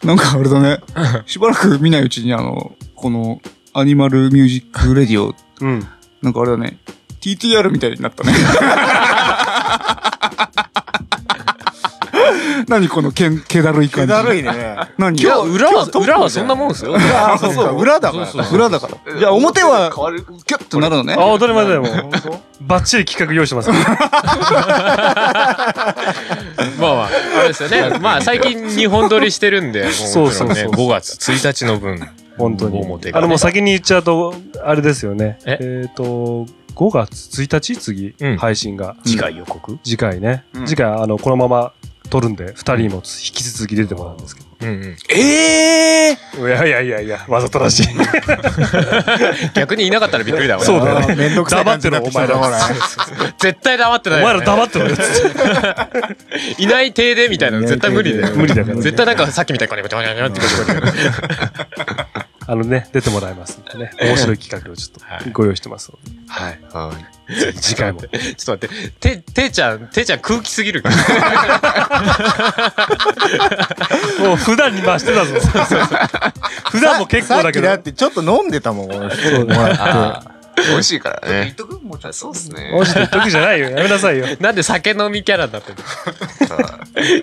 [SPEAKER 1] なんかあれだね。しばらく見ないうちに、あの、この、アニマルミュージックレディオ、
[SPEAKER 4] うん。
[SPEAKER 1] なんかあれだね。TTR みたいになったね。何このけん、気だるい感じ。
[SPEAKER 5] だるいね。
[SPEAKER 1] 何
[SPEAKER 3] 今日裏は裏はそんなもんですよ
[SPEAKER 5] あ、そうか、裏だから。
[SPEAKER 1] 裏だから。いや、表は、キュッとなるのね。
[SPEAKER 4] あ、当たり前だよ、もう。バッチリ企画用意してます。
[SPEAKER 3] まあまあ、あれですよね。まあ最近日本撮りしてるんで、もう
[SPEAKER 4] そうそうそう
[SPEAKER 3] もちろんね、5月1日の分。
[SPEAKER 4] 本当に。
[SPEAKER 3] 表がね
[SPEAKER 4] あの、もう先に言っちゃうと、あれですよね。
[SPEAKER 3] え
[SPEAKER 4] えっと、5月1日次
[SPEAKER 3] うん、
[SPEAKER 4] 配信が。
[SPEAKER 1] 次
[SPEAKER 3] 回予告
[SPEAKER 4] 次回ね、
[SPEAKER 1] うん
[SPEAKER 4] 次回あのこのまま撮るんで二人もつ引き続き出てもらうんですけ
[SPEAKER 3] うんうん。
[SPEAKER 4] どいやいやいやいやわざとらしい
[SPEAKER 3] 逆にいなかったらびっくりだもん。
[SPEAKER 4] そうだよ
[SPEAKER 5] あーめんどくさい感じになってきたな。
[SPEAKER 4] 黙っ
[SPEAKER 5] ほら
[SPEAKER 3] 絶対黙って
[SPEAKER 4] お
[SPEAKER 3] ない
[SPEAKER 4] 前
[SPEAKER 3] よね、
[SPEAKER 4] ら黙ってろよっつって
[SPEAKER 3] いない体でみたいなの絶対無理だよ。
[SPEAKER 4] 無理だから
[SPEAKER 3] 絶対なんかさっきみたいにこれ、ちょちょちょってこういうこと
[SPEAKER 4] あのね出てもらいますんでね面白い企画をちょっとご用意してますので、
[SPEAKER 7] はい。はい。
[SPEAKER 4] 次回も
[SPEAKER 3] ちょっと待って。て、てーちゃん、てーちゃん空気すぎるから。
[SPEAKER 4] もう普段に増してた ぞ普段も結構
[SPEAKER 5] さっ
[SPEAKER 4] だけ
[SPEAKER 5] き
[SPEAKER 4] ど
[SPEAKER 5] だってちょっと飲んでたもん、この人もらって。
[SPEAKER 7] 美味しいから
[SPEAKER 1] 言っ
[SPEAKER 7] ね。
[SPEAKER 1] とくもうちょっと。
[SPEAKER 7] そうっすね。
[SPEAKER 4] 押して時じゃないよやめなさいよ
[SPEAKER 3] なんで酒飲みキャラになってるの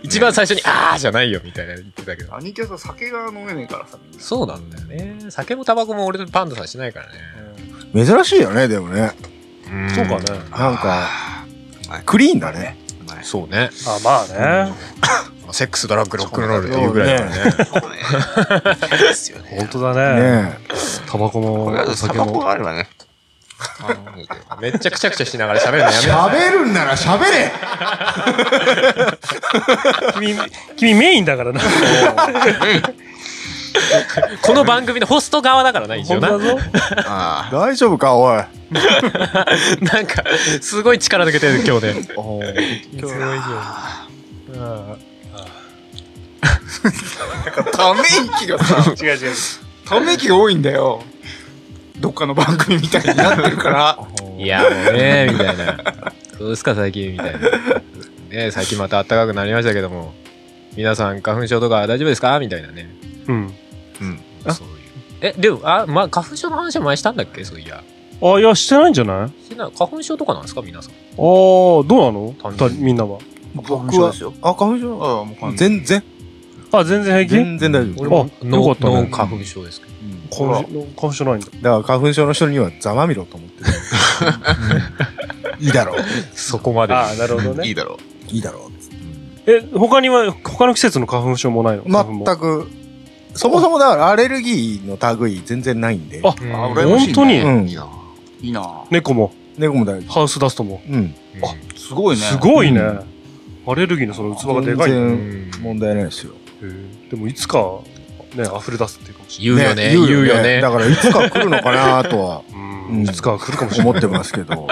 [SPEAKER 3] 一番最初に、あーじゃないよみたいな言ってたけど。
[SPEAKER 1] 兄貴はさ、酒が飲めねえからさ、みんな
[SPEAKER 3] そうなんだよね。酒もタバコも俺とパンダさんしないからね。
[SPEAKER 5] 珍しいよね、でもね。
[SPEAKER 4] そうかね
[SPEAKER 5] なんか、クリーンだね。
[SPEAKER 3] そうね。
[SPEAKER 4] あまあね
[SPEAKER 3] セックス、ドラッグ、ロックンロールっていうぐらいだからね。
[SPEAKER 7] そうね。ですよね。
[SPEAKER 4] 本当だね
[SPEAKER 5] ねえ。
[SPEAKER 4] タバコも
[SPEAKER 7] これあと
[SPEAKER 4] お
[SPEAKER 7] タ
[SPEAKER 4] 酒
[SPEAKER 7] バコ
[SPEAKER 4] も
[SPEAKER 7] があればね。
[SPEAKER 3] めっちゃくちゃくちゃしながら喋るのやめなさい。
[SPEAKER 5] 喋るんなら喋れ
[SPEAKER 4] 君君メインだからな
[SPEAKER 3] この番組のホスト側だからな、一応
[SPEAKER 4] 本
[SPEAKER 3] な
[SPEAKER 4] 当だ。ぞ。
[SPEAKER 7] あ
[SPEAKER 5] 大丈夫か、おい。
[SPEAKER 3] なんか、すごい力抜けてる、今日で。
[SPEAKER 4] 今日は以上。あ
[SPEAKER 6] ため息がさ、
[SPEAKER 4] あ違う違う。
[SPEAKER 6] ため息が多いんだよ。どっかの番組みたいになってるから。
[SPEAKER 3] いや、もうね、みたいな。どうですか、最近、みたいな。ね、最近また暖かくなりましたけども、皆さん、花粉症とか大丈夫ですかみたいなね。
[SPEAKER 4] うん。あ
[SPEAKER 3] そういう。え、でも、あ、ま、花粉症の話は前したんだっけそういや。
[SPEAKER 4] あ、いや、してないんじゃないああ、
[SPEAKER 3] してない花粉症とかなんですか皆さん。
[SPEAKER 4] どうなの
[SPEAKER 3] 単純に
[SPEAKER 4] みんなは。
[SPEAKER 6] 僕は、あ、花粉症あ、もう完全全然、
[SPEAKER 4] あ、全然平気
[SPEAKER 6] 全然大丈夫。
[SPEAKER 3] 俺も
[SPEAKER 4] あよかったね
[SPEAKER 3] 脳脳花粉症ですけど。
[SPEAKER 4] 感じ感じないんだ。
[SPEAKER 5] だから花粉症の人にはざまみろと思ってる。いいだろう。
[SPEAKER 3] そこまで。
[SPEAKER 4] ああ、なるほど
[SPEAKER 7] あ、
[SPEAKER 4] ね。
[SPEAKER 7] いいだろ
[SPEAKER 5] いいだろう。
[SPEAKER 4] え、他には、他の季節の花粉症もないの花粉も
[SPEAKER 5] 全く、そもそもだからアレルギーの類全然ないんで。
[SPEAKER 4] あ
[SPEAKER 3] うん
[SPEAKER 7] あ俺も
[SPEAKER 4] 本当
[SPEAKER 5] う
[SPEAKER 4] に
[SPEAKER 7] う。いい
[SPEAKER 5] ん。
[SPEAKER 7] ない
[SPEAKER 1] いなぁ
[SPEAKER 4] 猫も、
[SPEAKER 5] 猫も大丈
[SPEAKER 4] ハウスダストも。
[SPEAKER 5] 夫。うん。
[SPEAKER 1] すごいね。
[SPEAKER 4] すごいうね。アレルギーのその器がでかいね。
[SPEAKER 3] う
[SPEAKER 5] 全然
[SPEAKER 3] ん
[SPEAKER 5] 問題ないですよ。
[SPEAKER 4] へえでも、いつか、ね、溢れ出すっていうかもし
[SPEAKER 3] 言うよね、言うよね
[SPEAKER 5] だ。からいつか来るのかなとは
[SPEAKER 4] れな
[SPEAKER 5] う
[SPEAKER 4] い。
[SPEAKER 5] ん
[SPEAKER 4] いつかは来るかもしれない。
[SPEAKER 5] 思ってますけど。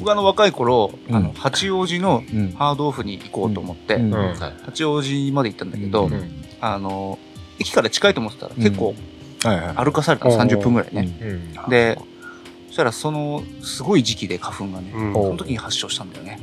[SPEAKER 6] 僕あの若い頃、
[SPEAKER 5] うん
[SPEAKER 6] あの、八王子の
[SPEAKER 5] うん。
[SPEAKER 6] ハードオフに行こうと思って、
[SPEAKER 5] うん
[SPEAKER 3] うん
[SPEAKER 6] 八王子まで行ったんだけど、
[SPEAKER 5] うん
[SPEAKER 3] うん
[SPEAKER 6] あの、駅から近いと思ってたら結構
[SPEAKER 5] はいはい。
[SPEAKER 6] 歩かされたの、
[SPEAKER 4] うん
[SPEAKER 6] 30分ぐらいね。
[SPEAKER 3] うん
[SPEAKER 6] で、そしたらその、すごい時期で花粉がね、
[SPEAKER 4] うん
[SPEAKER 6] その時に発症したんだよね。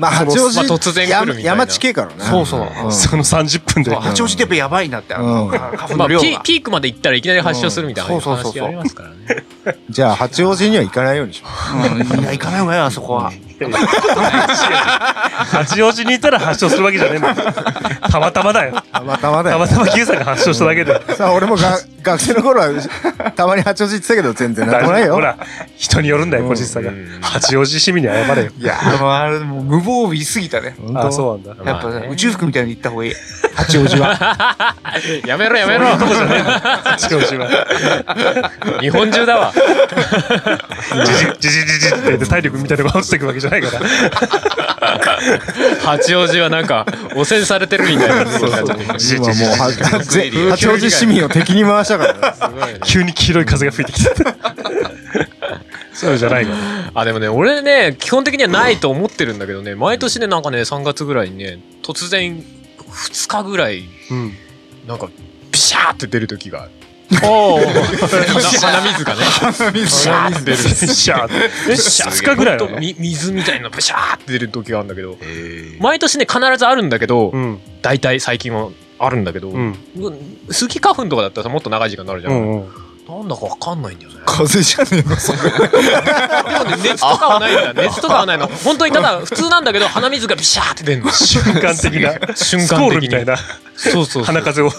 [SPEAKER 5] まあ、八王子、
[SPEAKER 3] まあ突然来るみたいな
[SPEAKER 5] 山山地形からね。
[SPEAKER 6] そうそう。
[SPEAKER 5] うん
[SPEAKER 4] その30分で。
[SPEAKER 6] そう八王子ってやっぱやばいなって、あの
[SPEAKER 5] うん
[SPEAKER 6] 花
[SPEAKER 3] ま
[SPEAKER 6] 粉の
[SPEAKER 3] あ、ピ
[SPEAKER 6] 量が。
[SPEAKER 3] ーピークまで行ったらいきなり発症するみたいな
[SPEAKER 6] うんそうそうそう
[SPEAKER 3] 話
[SPEAKER 6] そう
[SPEAKER 3] ありますからね。
[SPEAKER 5] じゃあ、八王子には行かないようにします。
[SPEAKER 6] うん、いや、行かないわよ、あそこは。
[SPEAKER 4] 八王子にいたら発症するわけじゃねえん だよたまたまだよ。
[SPEAKER 5] たまたまだ
[SPEAKER 4] たま
[SPEAKER 5] よ。
[SPEAKER 4] たまキさんが発症しただけで。
[SPEAKER 5] さあ、俺もが学生の頃は、たまに八王子行ってたけど、全然なんともないよ。
[SPEAKER 4] ほら、人によるんだよ、個人差が。八王子市民に謝れよ。
[SPEAKER 6] いや、でもあれ、もう無防備すぎたね。
[SPEAKER 5] 本
[SPEAKER 4] あ、
[SPEAKER 5] 当
[SPEAKER 4] そうなんだ。
[SPEAKER 6] やっぱ、
[SPEAKER 3] まあね
[SPEAKER 6] 宇宙服みたいに行った方がいい。八王子は。
[SPEAKER 3] やめろやめ ろ
[SPEAKER 4] 八王子は。
[SPEAKER 3] 日本中だわ。
[SPEAKER 4] じじじじじって言って体力みたいなのが落ちてくわけじゃないから。
[SPEAKER 3] 八王子はなんか、汚染されてるみたいな。そうそう
[SPEAKER 5] 今もうはぜ 八王子市民を敵に回したからね。
[SPEAKER 4] 急に黄色い風が吹いてきた。 そうじゃないから。
[SPEAKER 3] あ、でもね、俺ね、基本的にはないと思ってるんだけどね、毎年ね、なんかね、3月ぐらいにね、突然、2日ぐらい、
[SPEAKER 4] うん。
[SPEAKER 3] なんか、ビシャーって出る時がある。
[SPEAKER 4] おー。
[SPEAKER 3] 鼻水がね。鼻水出る。
[SPEAKER 4] シャーって。え、2日ぐらい
[SPEAKER 3] ほ
[SPEAKER 4] の
[SPEAKER 3] んとみ水みたいなのブシャーって出る時があるんだけど、
[SPEAKER 7] え
[SPEAKER 3] 毎年ね、必ずあるんだけど
[SPEAKER 4] う、ん。
[SPEAKER 3] 大体最近はあるんだけど、
[SPEAKER 4] うん。
[SPEAKER 3] うんスギ花粉とかだったらさもっと長い時間になるじゃ。
[SPEAKER 4] うんん。うん。
[SPEAKER 3] なんだかわかんないんだよね。
[SPEAKER 5] 風邪じゃねえの、それ。
[SPEAKER 3] でもね熱とかはないんだ。熱とかはないの。本当にただ普通なんだけど鼻水がビシャーって出るの。瞬
[SPEAKER 4] 瞬間的な。スコ
[SPEAKER 3] 間
[SPEAKER 4] ール
[SPEAKER 3] 的
[SPEAKER 4] みたい
[SPEAKER 3] に。
[SPEAKER 4] な
[SPEAKER 3] そうそうそ
[SPEAKER 4] 鼻
[SPEAKER 3] う。
[SPEAKER 4] 風を。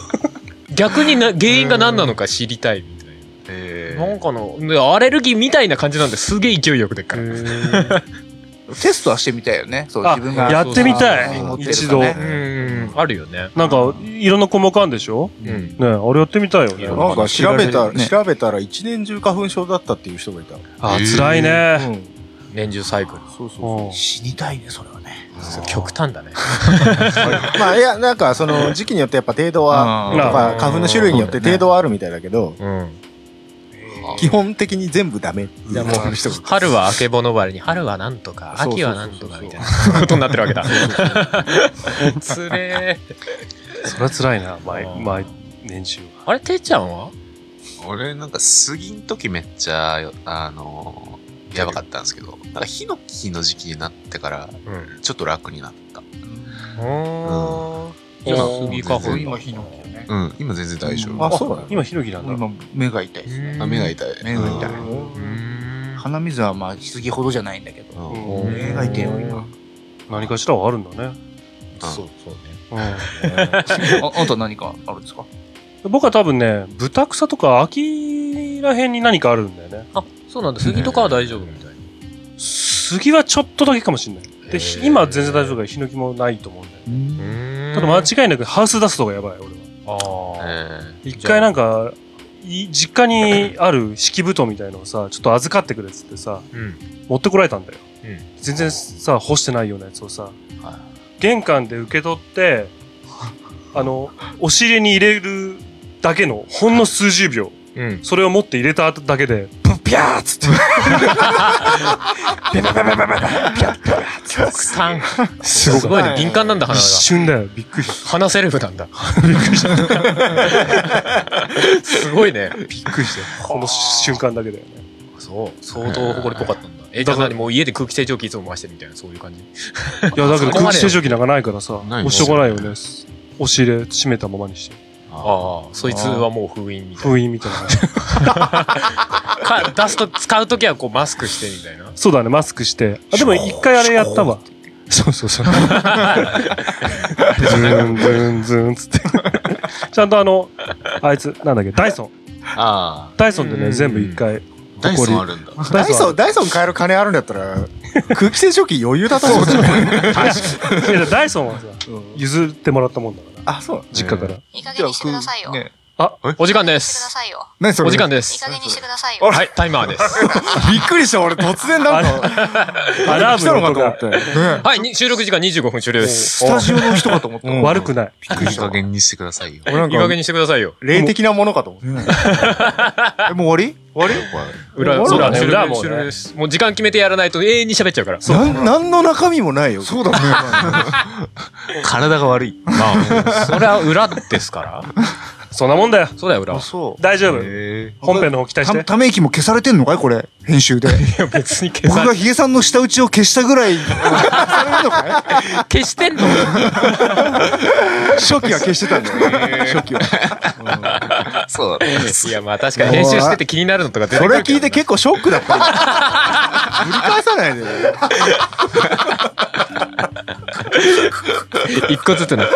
[SPEAKER 3] 逆にな原因が何なのか知りたいみたい
[SPEAKER 7] え
[SPEAKER 3] な。なんかの、でアレルギーみたいな感じなんですげえ勢いよく出るから。
[SPEAKER 6] テストはしてみたいよね。そう、
[SPEAKER 4] あ
[SPEAKER 6] 自分が。
[SPEAKER 4] やってみた
[SPEAKER 6] そうそう
[SPEAKER 4] い。
[SPEAKER 6] そう
[SPEAKER 4] 一度。
[SPEAKER 6] うん
[SPEAKER 3] うん、あるよね。
[SPEAKER 4] なんか、いろんな項目あるんでしょ
[SPEAKER 3] うん。
[SPEAKER 4] ねえ、あれやってみたいよね。
[SPEAKER 5] なんか調べた、
[SPEAKER 6] ね
[SPEAKER 5] 調べたら一年中花粉症だったっていう人がいた。
[SPEAKER 4] あ、辛いね。
[SPEAKER 5] うん。
[SPEAKER 3] 年中サイクル。
[SPEAKER 5] そうそう
[SPEAKER 4] うん
[SPEAKER 6] 死にたいね、それはね。
[SPEAKER 3] 極端だね。
[SPEAKER 5] まあ、いや、なんか、その、時期によってやっぱ程度は、
[SPEAKER 6] あ
[SPEAKER 5] と
[SPEAKER 4] ー
[SPEAKER 5] か、花粉の種類によって程度はあるみたいだけど、
[SPEAKER 3] うん。
[SPEAKER 5] 基本的に全部ダメ。いや、もう、
[SPEAKER 3] 春はあけぼのばれに、春はなんとか、
[SPEAKER 5] そうそうそう
[SPEAKER 3] 秋はなんとかみたいなことになってるわけだ。つれー
[SPEAKER 4] それは辛いな、毎
[SPEAKER 3] あー、
[SPEAKER 4] 毎年中は。
[SPEAKER 3] あれ、てっちゃんは
[SPEAKER 7] 俺なんか杉の時めっちゃよあのーやばかったんですけどなんかヒノキの時期になってから
[SPEAKER 3] うん。
[SPEAKER 7] ちょっと楽になった
[SPEAKER 3] おー。今、杉花粉
[SPEAKER 7] そう
[SPEAKER 3] だ。
[SPEAKER 6] 今、ヒノキね。
[SPEAKER 7] うん今全然大丈夫
[SPEAKER 5] あ、そうだね。
[SPEAKER 4] 今、ヒノキなんだ。
[SPEAKER 6] 今、目が痛いですね。
[SPEAKER 7] あ目が痛い
[SPEAKER 6] 目が痛い
[SPEAKER 7] うん
[SPEAKER 6] 鼻水はまあ、しすぎほどじゃないんだけど。
[SPEAKER 7] うん
[SPEAKER 4] うん
[SPEAKER 3] うん
[SPEAKER 6] 目が痛いよ、今。
[SPEAKER 4] 何かしらはあるんだね。
[SPEAKER 3] そう、そうね。
[SPEAKER 4] う
[SPEAKER 6] ああんた何かあるんですか
[SPEAKER 4] ん。僕は多分ね、ブタクサとか秋らへんに何かあるんだよね。
[SPEAKER 3] あ、そうなんだ。杉とかは大丈夫みたい
[SPEAKER 4] 杉はちょっとだけかもしれない。で、ひ今は全然大丈夫だから、ヒノキもないと思うんだよね。
[SPEAKER 3] な。
[SPEAKER 4] ただ間違いなくハウスダストがやばい、俺は。
[SPEAKER 3] あー
[SPEAKER 7] え
[SPEAKER 4] 一回なんか、い実家にある敷布団みたいのをさ、ちょっと預かってくれっつってさ、
[SPEAKER 3] うん。
[SPEAKER 4] 持ってこられたんだよ、
[SPEAKER 3] うん
[SPEAKER 4] 全 然さ干してないようなやつをさ、玄関で受け取ってあの、お尻に入れるだけの、ほんの数十秒。
[SPEAKER 3] うん。
[SPEAKER 4] それを持って入れただけで、プッピャーっつって。
[SPEAKER 3] 極端。すごいね。敏感なんだ、鼻
[SPEAKER 4] 一
[SPEAKER 3] が。
[SPEAKER 4] 瞬だよ。びっくりし
[SPEAKER 3] 鼻セルフなんだ。すごいね。びっくりして。
[SPEAKER 4] た。この瞬間だ けだよね。
[SPEAKER 3] そう。相当埃っぽかったんだ。え、じゃあ何もう家で空気清浄機いつも回してるみたいな、そういう感じ。
[SPEAKER 4] いや、だけど
[SPEAKER 3] そこ
[SPEAKER 4] 空
[SPEAKER 3] まで
[SPEAKER 4] 気清浄機なんかないからさ、
[SPEAKER 7] な
[SPEAKER 4] も
[SPEAKER 7] いの
[SPEAKER 4] うしょうがないよね。押し入れ閉めたままにして。
[SPEAKER 3] ああ、そいつはもう封印みたい
[SPEAKER 4] 封印みたいな。
[SPEAKER 3] な。か出すと、使うときはこうマスクしてみたいな。
[SPEAKER 4] そうだね、マスクして。あ、でも一回あれやったわ。そうそう そう。ズーン、ズーン、ズーンつって。ちゃんとあの、あいつ、なんだっけ、ダイソン。
[SPEAKER 7] あ
[SPEAKER 4] ダイソンで
[SPEAKER 3] うん
[SPEAKER 4] ね、全部一回。
[SPEAKER 7] あ。ダイソンあるんだ。
[SPEAKER 5] ダイソン、
[SPEAKER 4] ン
[SPEAKER 5] ダイソン買える金あるんだったら、空気清浄機余裕だと思う。
[SPEAKER 4] ある。いやダイソンはさ、譲ってもらったもんだから。
[SPEAKER 5] あ、そう。
[SPEAKER 4] 実家から。
[SPEAKER 2] いい加減にしてくださいよ。
[SPEAKER 1] ね。
[SPEAKER 3] お時間で
[SPEAKER 2] してくだ
[SPEAKER 3] す。
[SPEAKER 2] さいよ。
[SPEAKER 5] 何それ
[SPEAKER 3] お時間で
[SPEAKER 2] いい
[SPEAKER 3] す
[SPEAKER 2] 加。減にしてくださいよ。
[SPEAKER 3] はい、タイマーです。
[SPEAKER 5] びっくりした、俺突然なんか、
[SPEAKER 4] アラ
[SPEAKER 5] 来
[SPEAKER 4] ー
[SPEAKER 5] た
[SPEAKER 4] ム
[SPEAKER 5] の
[SPEAKER 4] の
[SPEAKER 5] か
[SPEAKER 4] 音
[SPEAKER 5] と思
[SPEAKER 4] が
[SPEAKER 5] って。ね
[SPEAKER 3] はい、に収録時間25分終了です。
[SPEAKER 5] スタジオの人かと思った。
[SPEAKER 4] 悪くない。
[SPEAKER 7] いい加減にしてくだ さいよ。
[SPEAKER 5] 俺な
[SPEAKER 3] い
[SPEAKER 5] ん
[SPEAKER 3] い加減
[SPEAKER 5] か、
[SPEAKER 3] にしてくださいよ。
[SPEAKER 5] 霊的なものかと思 って。
[SPEAKER 6] え、もう終わり終わ
[SPEAKER 3] 裏、
[SPEAKER 5] そうだね
[SPEAKER 3] 終了
[SPEAKER 4] 裏もね
[SPEAKER 3] 終了です。もう時間決めてやらないと永遠に喋っちゃうから。
[SPEAKER 6] りなん、なんの中身もないよ。そうだね。
[SPEAKER 7] 体が悪い。
[SPEAKER 3] まあ、それは裏ですから。
[SPEAKER 4] そんなもんだよ。
[SPEAKER 3] そうだよ、裏は。
[SPEAKER 6] そう。
[SPEAKER 4] 大丈夫。
[SPEAKER 7] へ
[SPEAKER 4] 本編の方期待して
[SPEAKER 6] た。ため息も消されてんのかいこれ。編集で。
[SPEAKER 3] 別に消
[SPEAKER 6] 僕
[SPEAKER 3] さ
[SPEAKER 6] がヒゲさんの舌打ちを消したぐらい、
[SPEAKER 3] 消してんの
[SPEAKER 6] 初期は消してたんだよね。初期は。
[SPEAKER 7] ーそうだね。
[SPEAKER 3] いや、まあ確かに編集してて気になるのとか出て
[SPEAKER 6] そ
[SPEAKER 3] く
[SPEAKER 6] れ
[SPEAKER 3] るけ
[SPEAKER 6] 聞
[SPEAKER 3] ど
[SPEAKER 6] いて
[SPEAKER 3] な
[SPEAKER 6] 結構ショックだったよ。ぶり返さないでよ。
[SPEAKER 3] 一個ずつな。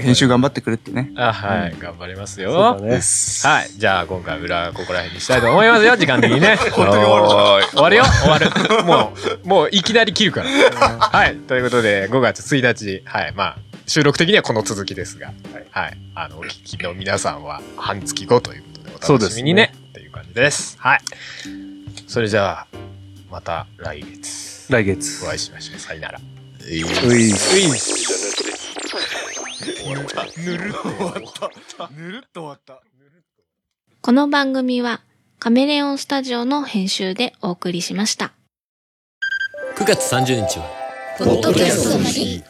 [SPEAKER 1] 編集頑張ってくれってね。
[SPEAKER 3] あ、はい、頑張りますよ。
[SPEAKER 4] そうだね。
[SPEAKER 3] はい。じゃあ、今回、裏、ここら辺にしたいと思い ますよ。時間的にね。本当に終わる。終わるよ。終わる。もう、もう、いきなり切るから。はい。ということで、5月1日、はい。まあ、収録的にはこの続きですが、はい。あの、お聞きの皆さんは、半月後ということで、お楽しみにね。っていう感じです。はい。それじゃあ、また来月、
[SPEAKER 4] 来月
[SPEAKER 3] お。会いしましょう。さよなら。
[SPEAKER 4] ういう
[SPEAKER 6] ぬるっと終わった。
[SPEAKER 8] この番組はカメレオンスタジオの編集でお送りしました。
[SPEAKER 9] 9月30日は、
[SPEAKER 2] ポッドキャストの日